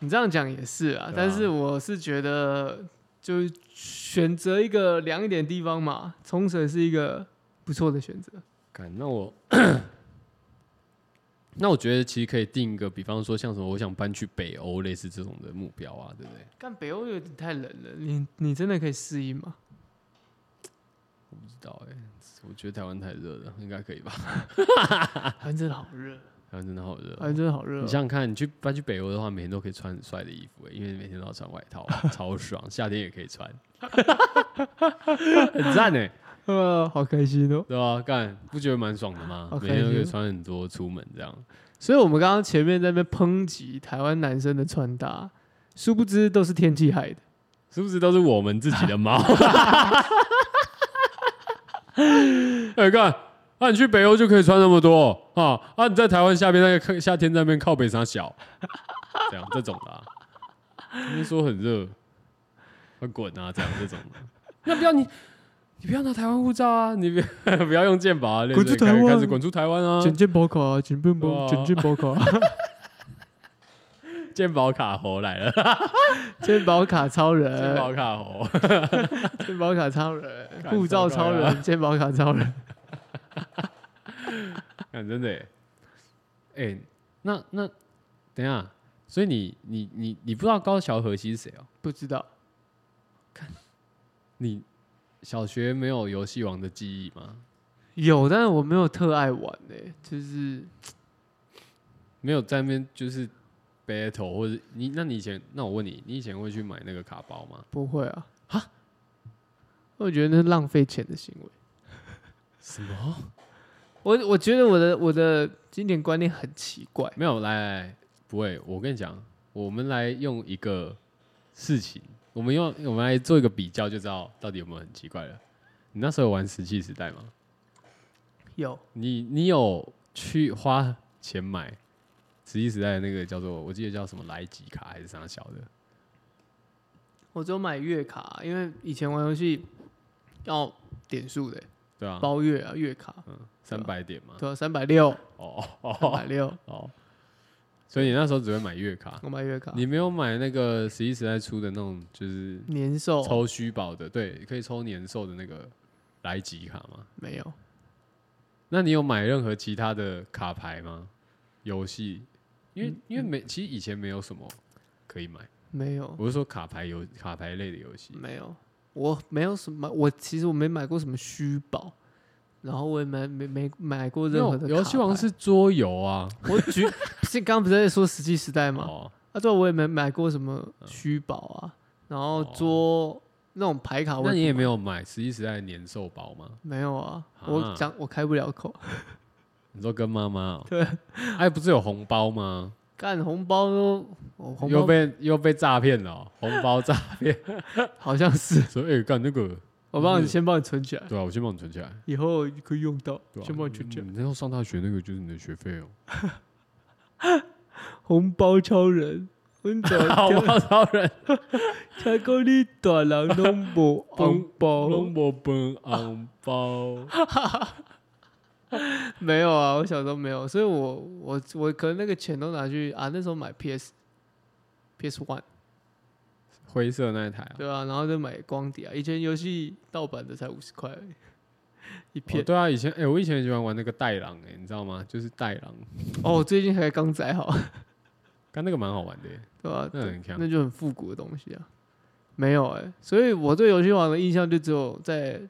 你这样讲也是啊对啊，但是我是觉得就是选择一个凉一点的地方嘛，冲绳是一个不错的选择。干，那我那我觉得其实可以定一个，比方说像什么，我想搬去北欧，类似这种的目标啊，对不对？但北欧有点太冷了，你你真的可以适应吗？不知道哎、我觉得台湾太热了，应该可以吧？台湾真的好热，台湾真的好热台哦、湾真的好热、你想想看，你去搬去北欧的话，每天都可以穿很帅的衣服、欸，因为每天都要穿外套，啊超爽。夏天也可以穿， 很赞哎、呃，好开心哦。对吧、干，不觉得蛮爽的吗 好？每开天都可以心穿很多出门这样。所以我们刚刚前面在那边抨击台湾男生的穿搭，殊不知都是天气害的。是不是都是我们自己的 猫？哎、看，啊，你去北欧就可以穿那么多啊啊！你在台湾下边那个夏天那边靠北上小，这样这种的、啊，你们说很热，快滚啊！这样这种的，那不要你，你不要拿台湾护照啊！你不要 不要用剑拔啊，类似滚出台湾开开始滚出台湾啊！简健保卡啊，简健哇保，简健保卡 啊，健保卡猴来了，健保卡超健保人，卡猴，健保卡超人，干护照超啊超快人，健保卡超 人。看啊真的耶，哎、那那等一下，所以你你你你不知道高桥和希是谁哦、不知道，你小学没有游戏王的记忆吗？有，但是我没有特爱玩诶、就是没有在那边就是 battle 或者你那你以前那我问你，你以前会去买那个卡包吗？不会啊。我觉得那是浪费钱的行为。什么？我我觉得我的我的经典观念很奇怪，没有，来来来，不会，我跟你讲，我们来用一个事情，我们用我们来做一个比较，就知道到底有没有很奇怪了。你那时候有玩《石器时代》吗？有你你有去花钱买《石器时代》的那个叫做，我记得叫什么莱吉卡还是啥小的？我只有买月卡，因为以前玩游戏要点数的、对啊，包月啊，月卡，嗯，三百点嘛，对啊，三百六，哦三哦百六，哦， 所以你那时候只会买月卡，我买月卡，你没有买那个十一时代出的那种，就是年寿抽虚宝的，对，可以抽年兽的那个来吉卡吗？没有，那你有买任何其他的卡牌吗？游戏，因嗯为因为没，其实以前没有什么可以买，没有，我是说卡牌游卡牌类的游戏，没有，我没有什么，我其实我没买过什么虚宝，然后我也没没没买过任何的没有游卡戏王牌，是桌游啊，我举，是刚刚不是在说实际时代吗？哦，啊，对，我也没买过什么虚宝啊，然后桌那种牌卡我不，那你也没有买十一时代的年兽宝吗？没有啊？啊我讲我开不了口，你说跟妈妈、哦， 对，哎，不是有红包吗？干红包都，我红又包被又被诈骗了哦、红包诈骗，好像是，说哎干、那个，我帮你是先帮你存起来，对啊，我先帮你存起来，以后可以用到，对啊，先帮你存起来。你要上大学那个就是你的学费哦、 红包超人， 温早红包超人，巧克力大人拢无红包红，包本红包。没有啊，我小时候没有，所以我我我可能那个钱都拿去啊，那时候买 PS。PS One 灰色那一台啊，对啊，然后再买光碟啊。以前游戏盗版的才五十块而已 一哦片。对啊，以前哎、我以前很喜欢玩那个带狼哎、你知道吗？就是带狼，哦，最近还刚载好， 刚那个蛮好玩的、欸对吧、那很强那就很复古的东西啊。没有哎、所以我对游戏王的印象就只有在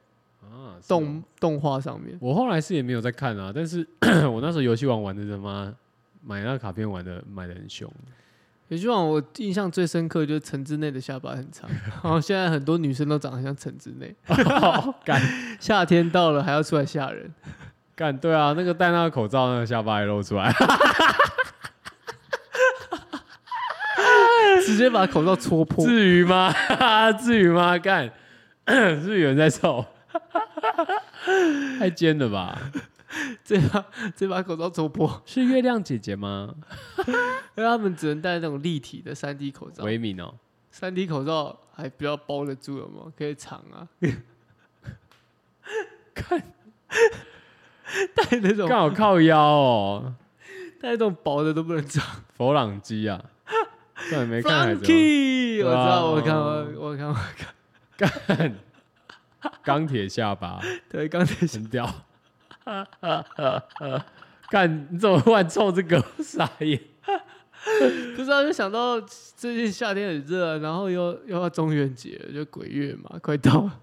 啊。是哦动动画上面。我后来是也没有在看啊，但是 我那时候游戏王玩的他妈买那个卡片玩的买的很凶，游戏王我印象最深刻就是城之内的下巴很长，然后现在很多女生都长得像城之内。干夏天到了还要出来吓 人，干对啊，那个戴那个口罩，那个下巴还露出来，直接把口罩戳破。 至于吗？ 至于吗？干 是不是有人在臭？太尖了吧？这把这把口罩戳破，是月亮姐姐吗？因为他们只能戴那种立体的3 D 口罩。维敏哦，三 D 口罩还比较包得住了吗？可以藏 啊，看戴那种刚好靠腰哦，戴那种薄的都不能藏。佛朗机啊，算了没看还是 Funky，我知道，哇我看过，我看过， 干钢铁下巴，对，刚才想很屌。 干，你怎么突然凑这个？傻眼。不知道就想到最近夏天很热，然后又又要中元节了，就鬼月嘛，快到了，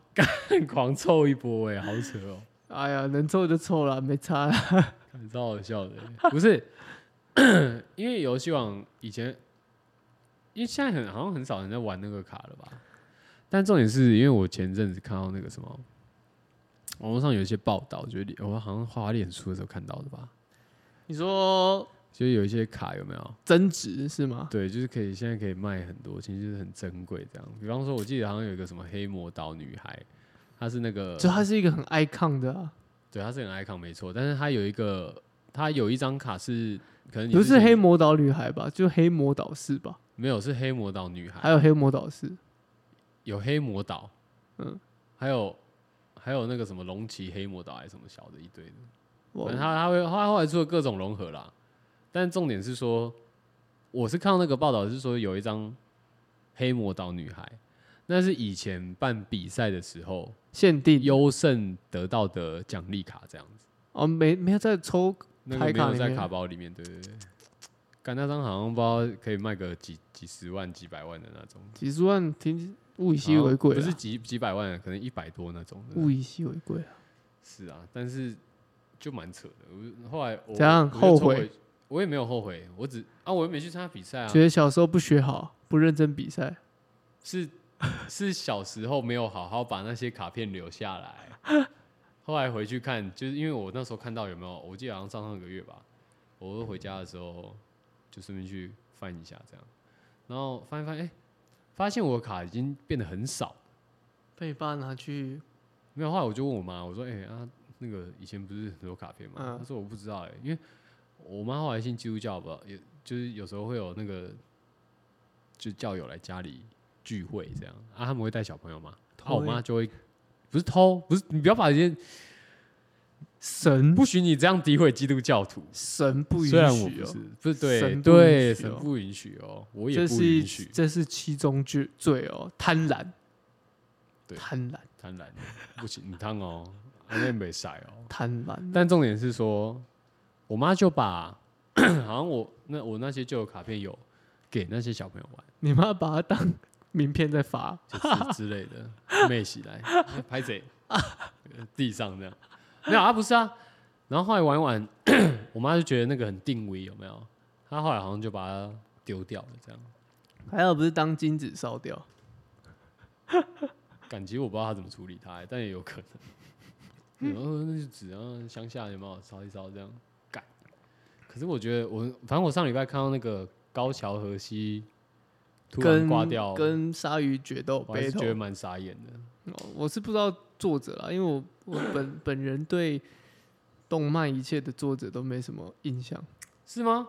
狂凑一波哎、好扯哦、哎呀，能凑就凑了，没差啦。很超好笑的欸，不是因为游戏王以前，因为现在很好像很少人在玩那个卡了吧？但重点是因为我前阵子看到那个什么，网络上有一些报道，就是我好像花脸书的时候看到的吧，你说就是有一些卡有没有？增值是吗？对，就是可以现在可以卖很多，其实就是很珍贵这样。比方说，我记得好像有一个什么黑魔岛女孩，她是那个就它是一个很 icon 的、啊，对，她是很 icon 没错，但是她有一个她有一张卡是可能你不之是前黑魔岛女孩吧？就黑魔岛四吧？没有，是黑魔岛女孩，还有黑魔导士，有黑魔岛，嗯嗯，还有还有那个什么龙骑黑魔岛还是什么小的一堆的，我反正他他会他后来出了各种融合啦，但重点是说，我是看到那个报道是说有一张黑魔岛女孩，那是以前办比赛的时候限定优胜得到的奖励卡这样子，哦，没没有在抽，那个没牌卡有里在面卡包里面，对对对。干那张好像不知道可以卖个几几十万、几百万的那种，几十万听物以稀为贵啊，不是几几百万，可能一百多那种的。物以稀为贵啊，是啊，但是就蛮扯的。我后来我怎样我就后抽悔回？我也没有后悔，我只啊，我又没去参加比赛啊觉，得小时候不学好，不认真比赛，是是小时候没有好好把那些卡片留下来。 后来回去看，就是因为我那时候看到有没有，我记得好像上上个月吧，我回家的时候就顺便去翻一下这样，然后翻一翻，哎、发现我的卡已经变得很少。被你爸拿去，没有，后来我就问我妈，我说：“哎、啊，那个以前不是很多卡片吗？”嗯她说：“我不知道哎、因为我妈后来信基督教吧，也就是有时候会有那个就教友来家里聚会这样啊，他们会带小朋友吗？啊，我偷欸妈就会不是偷，不是你不要把人家神不许你这样诋毁基督教徒。神不允虽然我许不哦是，，不是对神不对，允许神哦不允许哦，我也这不允是许这是七宗罪罪哦，贪婪，对贪婪贪婪，不行，你烫哦，阿妹没晒哦。贪婪，但重点是说，我妈就把 好像我那我那些旧的卡片有给那些小朋友玩。你妈把它当名片在发，就是之类的 妹起来拍谁地上这样，没有啊，不是啊。然后后来玩一玩， 我妈就觉得那个很定位有没有？她后来好像就把它丢掉了，这样。还好不是当金子烧掉，感其实我不知道她怎么处理它、但也有可能。然后那就纸啊，乡下有没有烧一烧这样干？可是我觉得我，反正我上礼拜看到那个高桥和希突然跟挂掉，跟鲨鱼决斗我还是 battle，觉得蛮傻眼的。哦我是不知道作者啦，因为我我本本人对动漫一切的作者都没什么印象。是吗？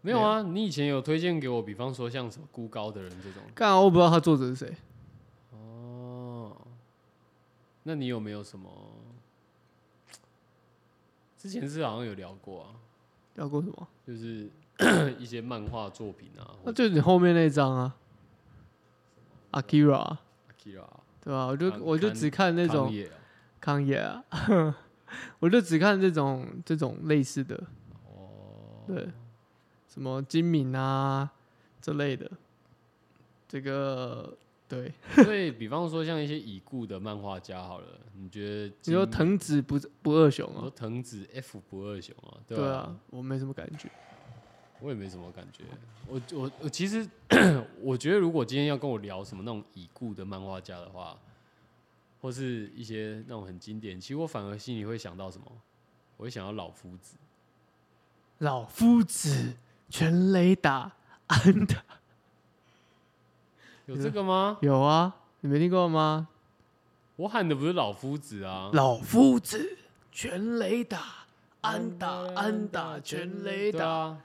没有啊，你以前有推荐给我，比方说像什么孤高的人这种。干啊嘛我不知道他作者是谁？哦，那你有没有什么？之前是好像有聊过啊，聊过什么？就是 一些漫画作品啊，那或者就你后面那张啊，Akira，啊 Akira 啊、对吧？我就康我就只看那康种也啊康也啊， 我就只看这种这种类似的，哦，对，什么金敏啊这类的，这个对，所以比方说像一些已故的漫画家好了，你觉得你说今藤子不不二雄你说啊？藤子 F 不二雄啊，对对吧、啊，我没什么感觉。我也没什么感觉。我我我其实 我觉得，如果今天要跟我聊什么那种已故的漫画家的话，或是一些那种很经典，其实我反而心里会想到什么？我会想到老夫子。老夫子全雷打安打有这个吗？有啊，你没听过吗？我喊的不是老夫子啊！老夫子全雷打安打安打全雷对打，啊！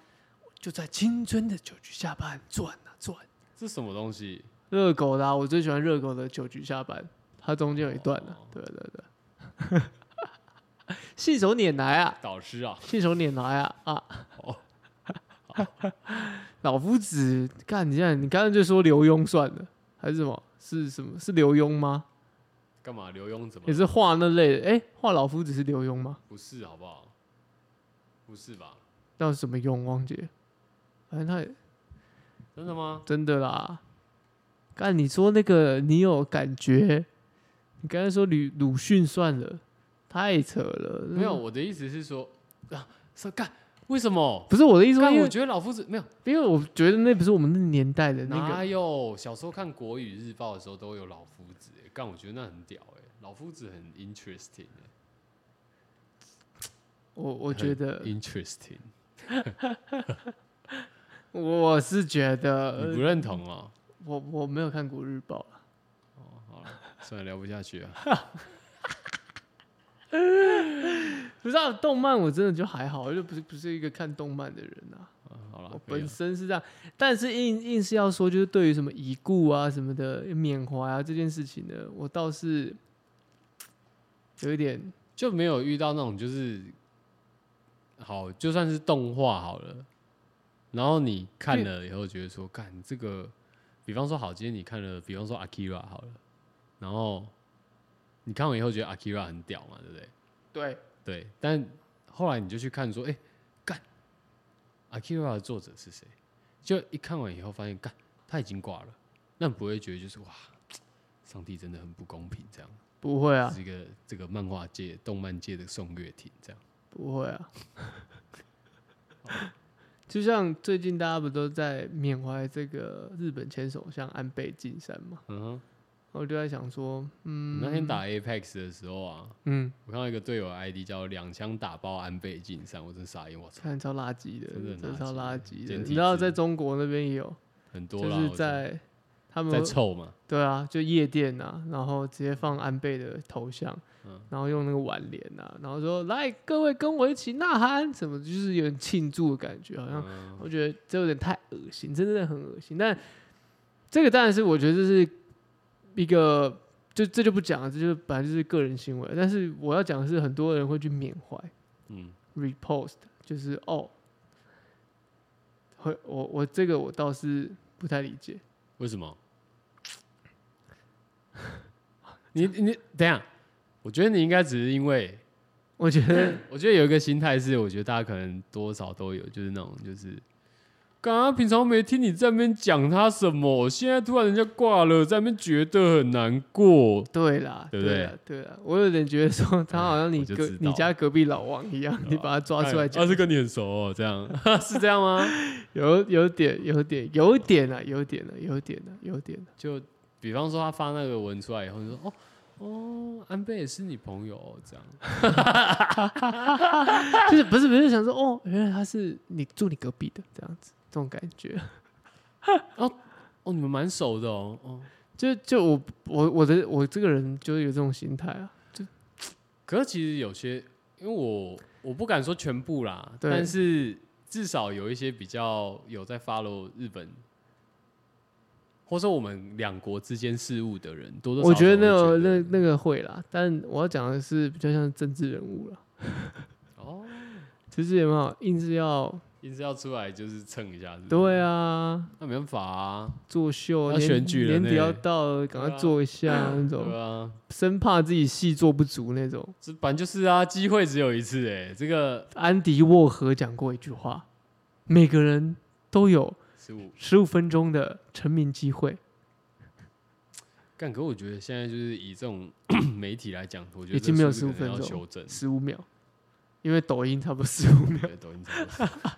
就在青春的九局下半转啊转。这什么东西？热狗的、啊，我最喜欢热狗的九局下半，它中间有一段啊，哦对对对， 信手拈来啊，导师啊！信手拈来啊啊哦！ 老夫子，干你这样，你刚才就说刘墉算了，还是什么？是什么？是刘墉吗？干嘛？刘墉怎么也了？是画那类的。哎、画老夫子是刘墉吗？不是好不好？不是吧？那有什么用？忘记了。反正他也真的吗？真的啦。干，你说那个你有感觉？你刚才说鲁鲁迅算了，太扯了。没有，，我的意思是说啊，说干为什么？不是我的意思说，干，因我为觉得老夫子没有。因为我觉得那不是我们那年代的那哪个。有？小时候看国语日报的时候都有老夫子、欸，干，我觉得那很屌哎、老夫子很 interesting 哎、我我觉得很，interesting，欸我是觉你得，不认同哦？我我没有看过日报啦哦，好了，算了，聊不下去啊了。不知道动漫我真的就还好，我就不是不是一个看动漫的人啊。啊好了，我可以本了身是这样，但是硬硬是要说，就是对于什么已故啊、什么的缅怀啊这件事情呢，我倒是有一点就没有遇到那种就是好，就算是动画好了，然后你看了以后觉得说，干这个，比方说好，今天你看了，比方说 Akira 好了，然后你看完以后觉得 Akira 很屌嘛，对不对？对对，但后来你就去看说，哎、干，Akira 的作者是谁？就一看完以后发现，干，他已经挂了，那你不会觉得就是哇，上帝真的很不公平，这样，不会啊，是一个这个漫画界、动漫界的宋岳庭这样。不会啊。 就像最近大家不都在缅怀这个日本前首相安倍晋三嘛，嗯哼，我就在想说，我嗯，那天打 Apex 的时候啊，嗯，我看到一个队友的 ID 叫“两枪打爆安倍晋三”，我真傻眼，我操，看超垃圾的，真的很真的超垃垃圾圾的。简你体知道字在中国那边也有，很多就啦，是我在他们在臭嘛，对啊，就夜店啊，然后直接放安倍的头像，嗯然后用那个挽联啊，然后说来各位跟我一起呐喊，什么就是有点庆祝的感觉，好像嗯我觉得这有点太恶心，真的很恶心。但这个当然是我觉得这是一个，就这就不讲了，这就本来就是个人行为。但是我要讲的是，很多人会去缅怀嗯 repost，就是哦，会我我这个我倒是不太理解。为什么？ 你你等一下，我觉得你应该只是因为，我觉得我觉得有一个心态是，我觉得大家可能多少都有，就是那种就是，刚刚平常没听你在那边讲他什么，现在突然人家挂了，在那边觉得很难过。对啦，对不对哎啦？对啦，我有点觉得说他好像我你就隔知道你家隔壁老王一样，你把他抓出他、来讲，哎是跟你很熟哦，这样 是这样吗？有有点有点有点啊，有点啊，有点啊，有点啊。就比方说他发那个文出来以后，你说哦哦，安倍也是你朋友、哦、这样。就是不是不是想说哦，原来他是你住你隔壁的这样子，这种感觉。哦，你们蛮熟的哦。哦，就就我我我的我这个人就是有这种心态啊，可是其实有些，因为我我不敢说全部啦，对但是至少有一些比较有在 follow 日本，或者说我们两国之间事务的人，多多少少我觉得那都会个觉嗯那那个会啦，但我要讲的是比较像政治人物了，哦，就是有没有硬是要硬是要出来就是蹭一下是不是对，啊那没办法啊，作秀，要年选举了年底呢要到了，赶对快啊做一下那种，对啊，生怕自己戏做不足那种。这反正就是啊，机会只有一次哎、这个安迪沃荷讲过一句话，每个人都有十五。十五分钟的成名机会，干，可我觉得现在就是以这种 媒体来讲，我觉得已这经没有数字可15能分要钟修正，十五秒，因为抖音差不多十五 秒。对，抖音差不 多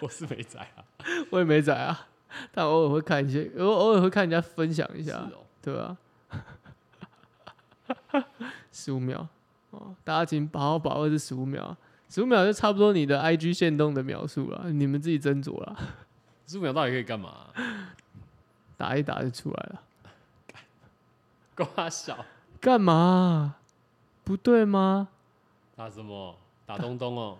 我是没在啊，我也没载啊，但偶尔会看一些，偶偶尔会看人家分享一是下，哦，对啊， 十五秒哦，大家请好好把握这十五秒，十五秒就差不多你的 IG 限动的描述了，你们自己斟酌啦，十五秒到底可以干嘛、啊打一打就出来了，瓜小干嘛啊？不对吗？打什么？打东东哦，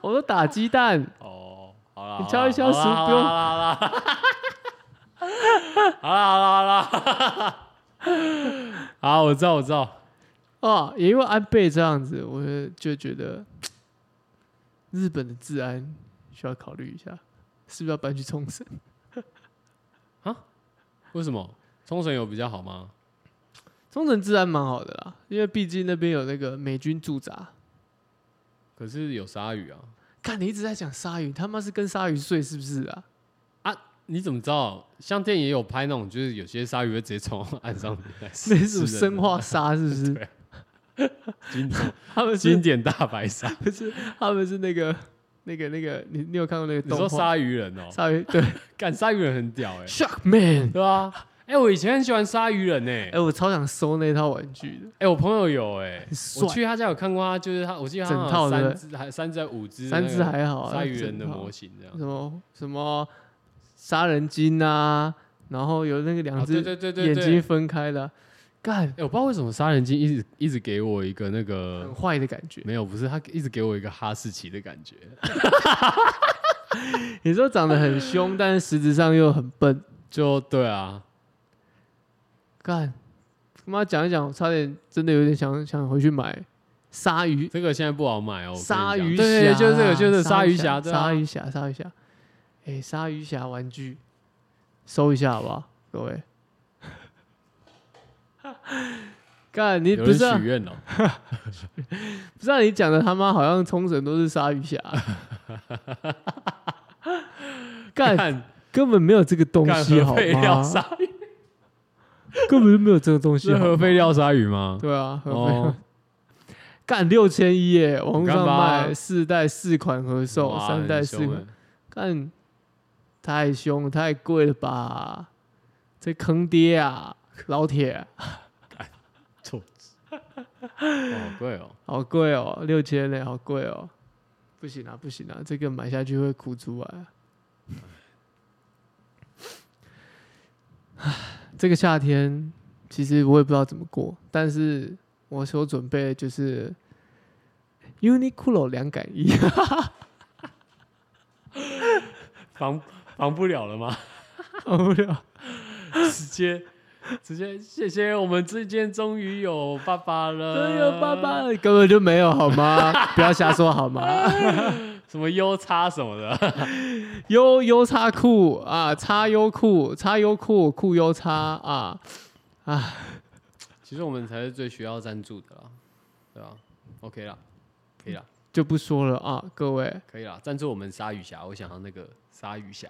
我都打鸡蛋，哦，好啦，你好敲一啦好敲啦十不用好啦好啦，好啦好啦好啦，好啦 好，我知道我知道，啊，也因为安倍这样子，我就觉得日本的治安需要考虑一下，是不是要搬去冲绳？为什么冲绳有比较好吗？冲绳治安蛮好的啦，因为毕竟那边有那个美军驻扎。可是有鲨鱼啊，看你一直在讲鲨鱼，他妈是跟鲨鱼睡是不是啊？你怎么知道？像电影也有拍那种，就是有些鲨鱼会直接从岸上来吃 那人的，是什么生化鲨 是不是？经 典他们经是典大白鲨。不是他们是那个那个那个你你有看过那个你动画？说鲨鱼人哦、鲨鱼对干鲨鱼人很屌哎、 Shark Man，对啊，哎、我以前很喜欢鲨鱼人呢、欸，哎、哎、我超想收那套玩具的，我朋友有哎、很 帅我，去他家有看过他，就是他，我记得他整套好像对有不三只还三只还五只三那只个还好啊，鲨鱼人的整套模型这样，什么什么杀人鲸啊，然后有那个两啊只对对对对眼对，睛分开的啊、干哎、我不知道为什么杀人鲸一直一直给我一个那个很坏的感觉。 没有，不是他一直给我一个哈士奇的感觉，你说长得很凶，但是实质上又很笨，就对啊，干，他妈讲一讲，我差点真的有点想想回去买鲨鱼这个现在不好买哦，我跟你讲鲨鱼侠，对，对就是这个，就是鲨鲨鱼侠，对啊鲨鱼侠，鲨鱼侠，哎，鲨鱼侠玩具，搜一下好不好，各位？ 干，你有不人是啊许愿哦了，不是啊你讲的他妈好像冲绳都是鲨 鱼侠，干干根本没有这个东干西核好废料吗？鲨鱼，根本就没有这个东西是好核吗？废料鲨鱼吗？对啊，核废料哦，干六千一耶，网络你看上吧卖四代四款合售，哇三代四，很凶 款欸，干太凶了太贵了吧？这坑爹啊，老铁，臭子，哇好贵哦。好贵哦，六千嘞，好贵哦，不行啊，不行啊，这个买下去会哭出来啊。唉这个夏天其实我也不知道怎么过，但是我所准备的就是 Uniqlo 两感一。防防不了了吗？哦不了， 直接直接谢谢，我们之间终于有爸爸了， 哎呦，爸，爸根本就没有好吗？不要瞎说好吗？什么优叉什么的，优优叉酷啊，叉优酷，叉优酷，酷优叉啊， 其实我们才是最需要赞助的啦，对吧？OK 啦，可以啦，就不说了啊，各位。可以啦，赞助我们鲨鱼侠，我想要那个鲨鱼侠，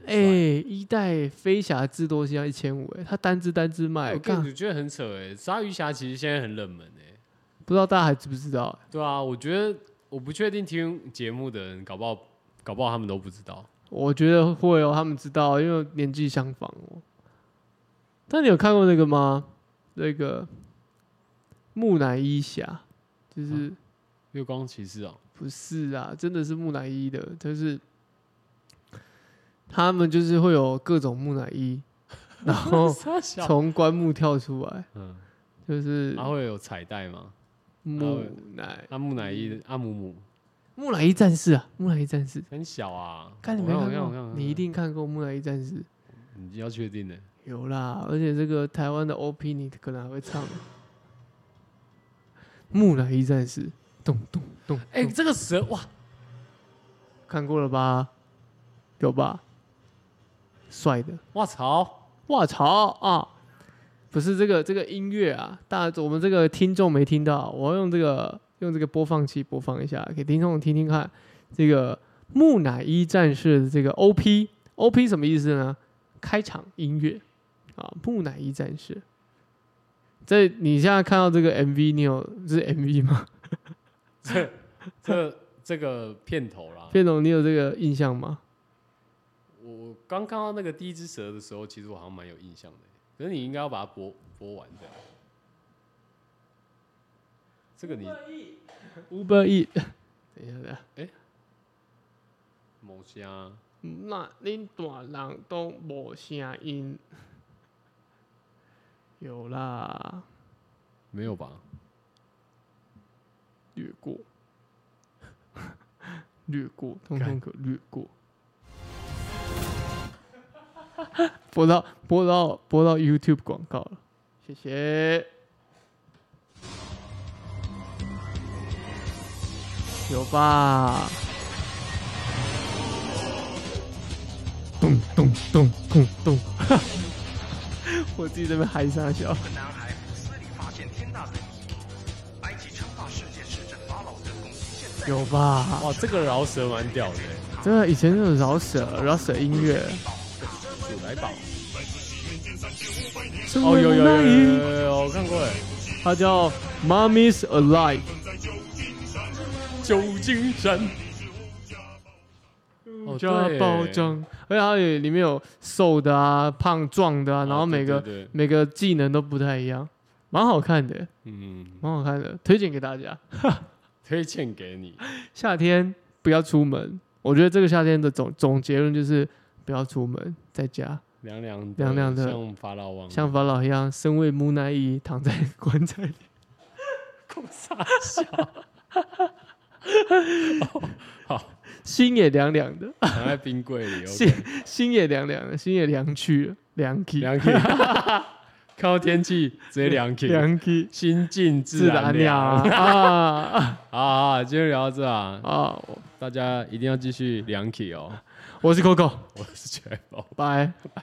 很哎、帅一代飞侠至多是要一千五，哎，他单只单只卖，我干感觉得很扯哎、鲨鱼侠其实现在很冷门哎、不知道大家还知不知道、哎对啊，我觉得我不确定听节目的人，搞不好搞不好他们都不知道。我觉得会哦，他们知道，因为年纪相仿哦。但你有看过那个吗？那个木乃伊侠，就是、啊月光骑士哦、不是啊？真的是木乃伊的，就是他们就是会有各种木乃伊， 然后傻小，从棺木跳出来，嗯，啊就是他、会有彩带吗？木乃阿木乃伊的阿姆姆木乃伊战士啊，木乃伊战士。很小啊，看你我没我看我过，你一定看过《木乃伊战士》你要确定的、有啦，而且这个台湾的 OP 你可能还会唱《木乃伊战士》，咚咚咚，哎、这个蛇哇，看过了吧？有吧？帅的，哇操，哇操啊！不是这个这个音乐啊，大我们这个听众没听到，我要用这个用这个播放器播放一下，给听众听听看。这个《木乃伊战士》的这个 OP OP 什么意思呢？开场音乐啊，《木乃伊战士》。这你现在看到这个 MV，你有这是 MV 吗？这这这个片头 啦，变总，你有这个印象吗？我我刚看到那个第一只蛇的时候，其实我好像蛮有印象的、可是你应该要把它播播完的。这个你 Uber E，等 一下，等一下，某虾那恁大人都无声音，有啦，没有吧？略过，略过，通通可略 过。播到播到播到 YouTube 广告了，谢谢。有吧？咚咚咚咚咚！ 我自己在那边嗨傻笑。个男孩斯里发现天大的谜，埃及称霸世界使者法老的攻击现在有吧？哇，这个饶舌蛮屌的、真的，以前那种饶舌饶舌音乐，鼠来宝哦哦，有有有有有有有有，我看过哎。它叫《Mommy's Alive》。旧金山，哦加对包装，而且它也里面有瘦的啊、胖壮的啊，然后哦对每个、对对每个技能都不太一样，蛮好看的，嗯，蛮好看的，推荐给大家。推荐给你。夏天不要出门，我觉得这个夏天的总总结论就是不要出门，在家凉凉凉凉的像法老王，像法老一样身为木乃伊躺在棺材 里。哦好心也凉凉的，躺在冰柜里。是 OK， 心也凉凉的，心也凉去了，凉气，凉气，看到天气直接凉气，凉气，心静自自然然凉 凉。啊好好，好今天聊到这啊，啊！大家一定要继续凉气哦。我是 Coco，我是全宝，哦拜。拜。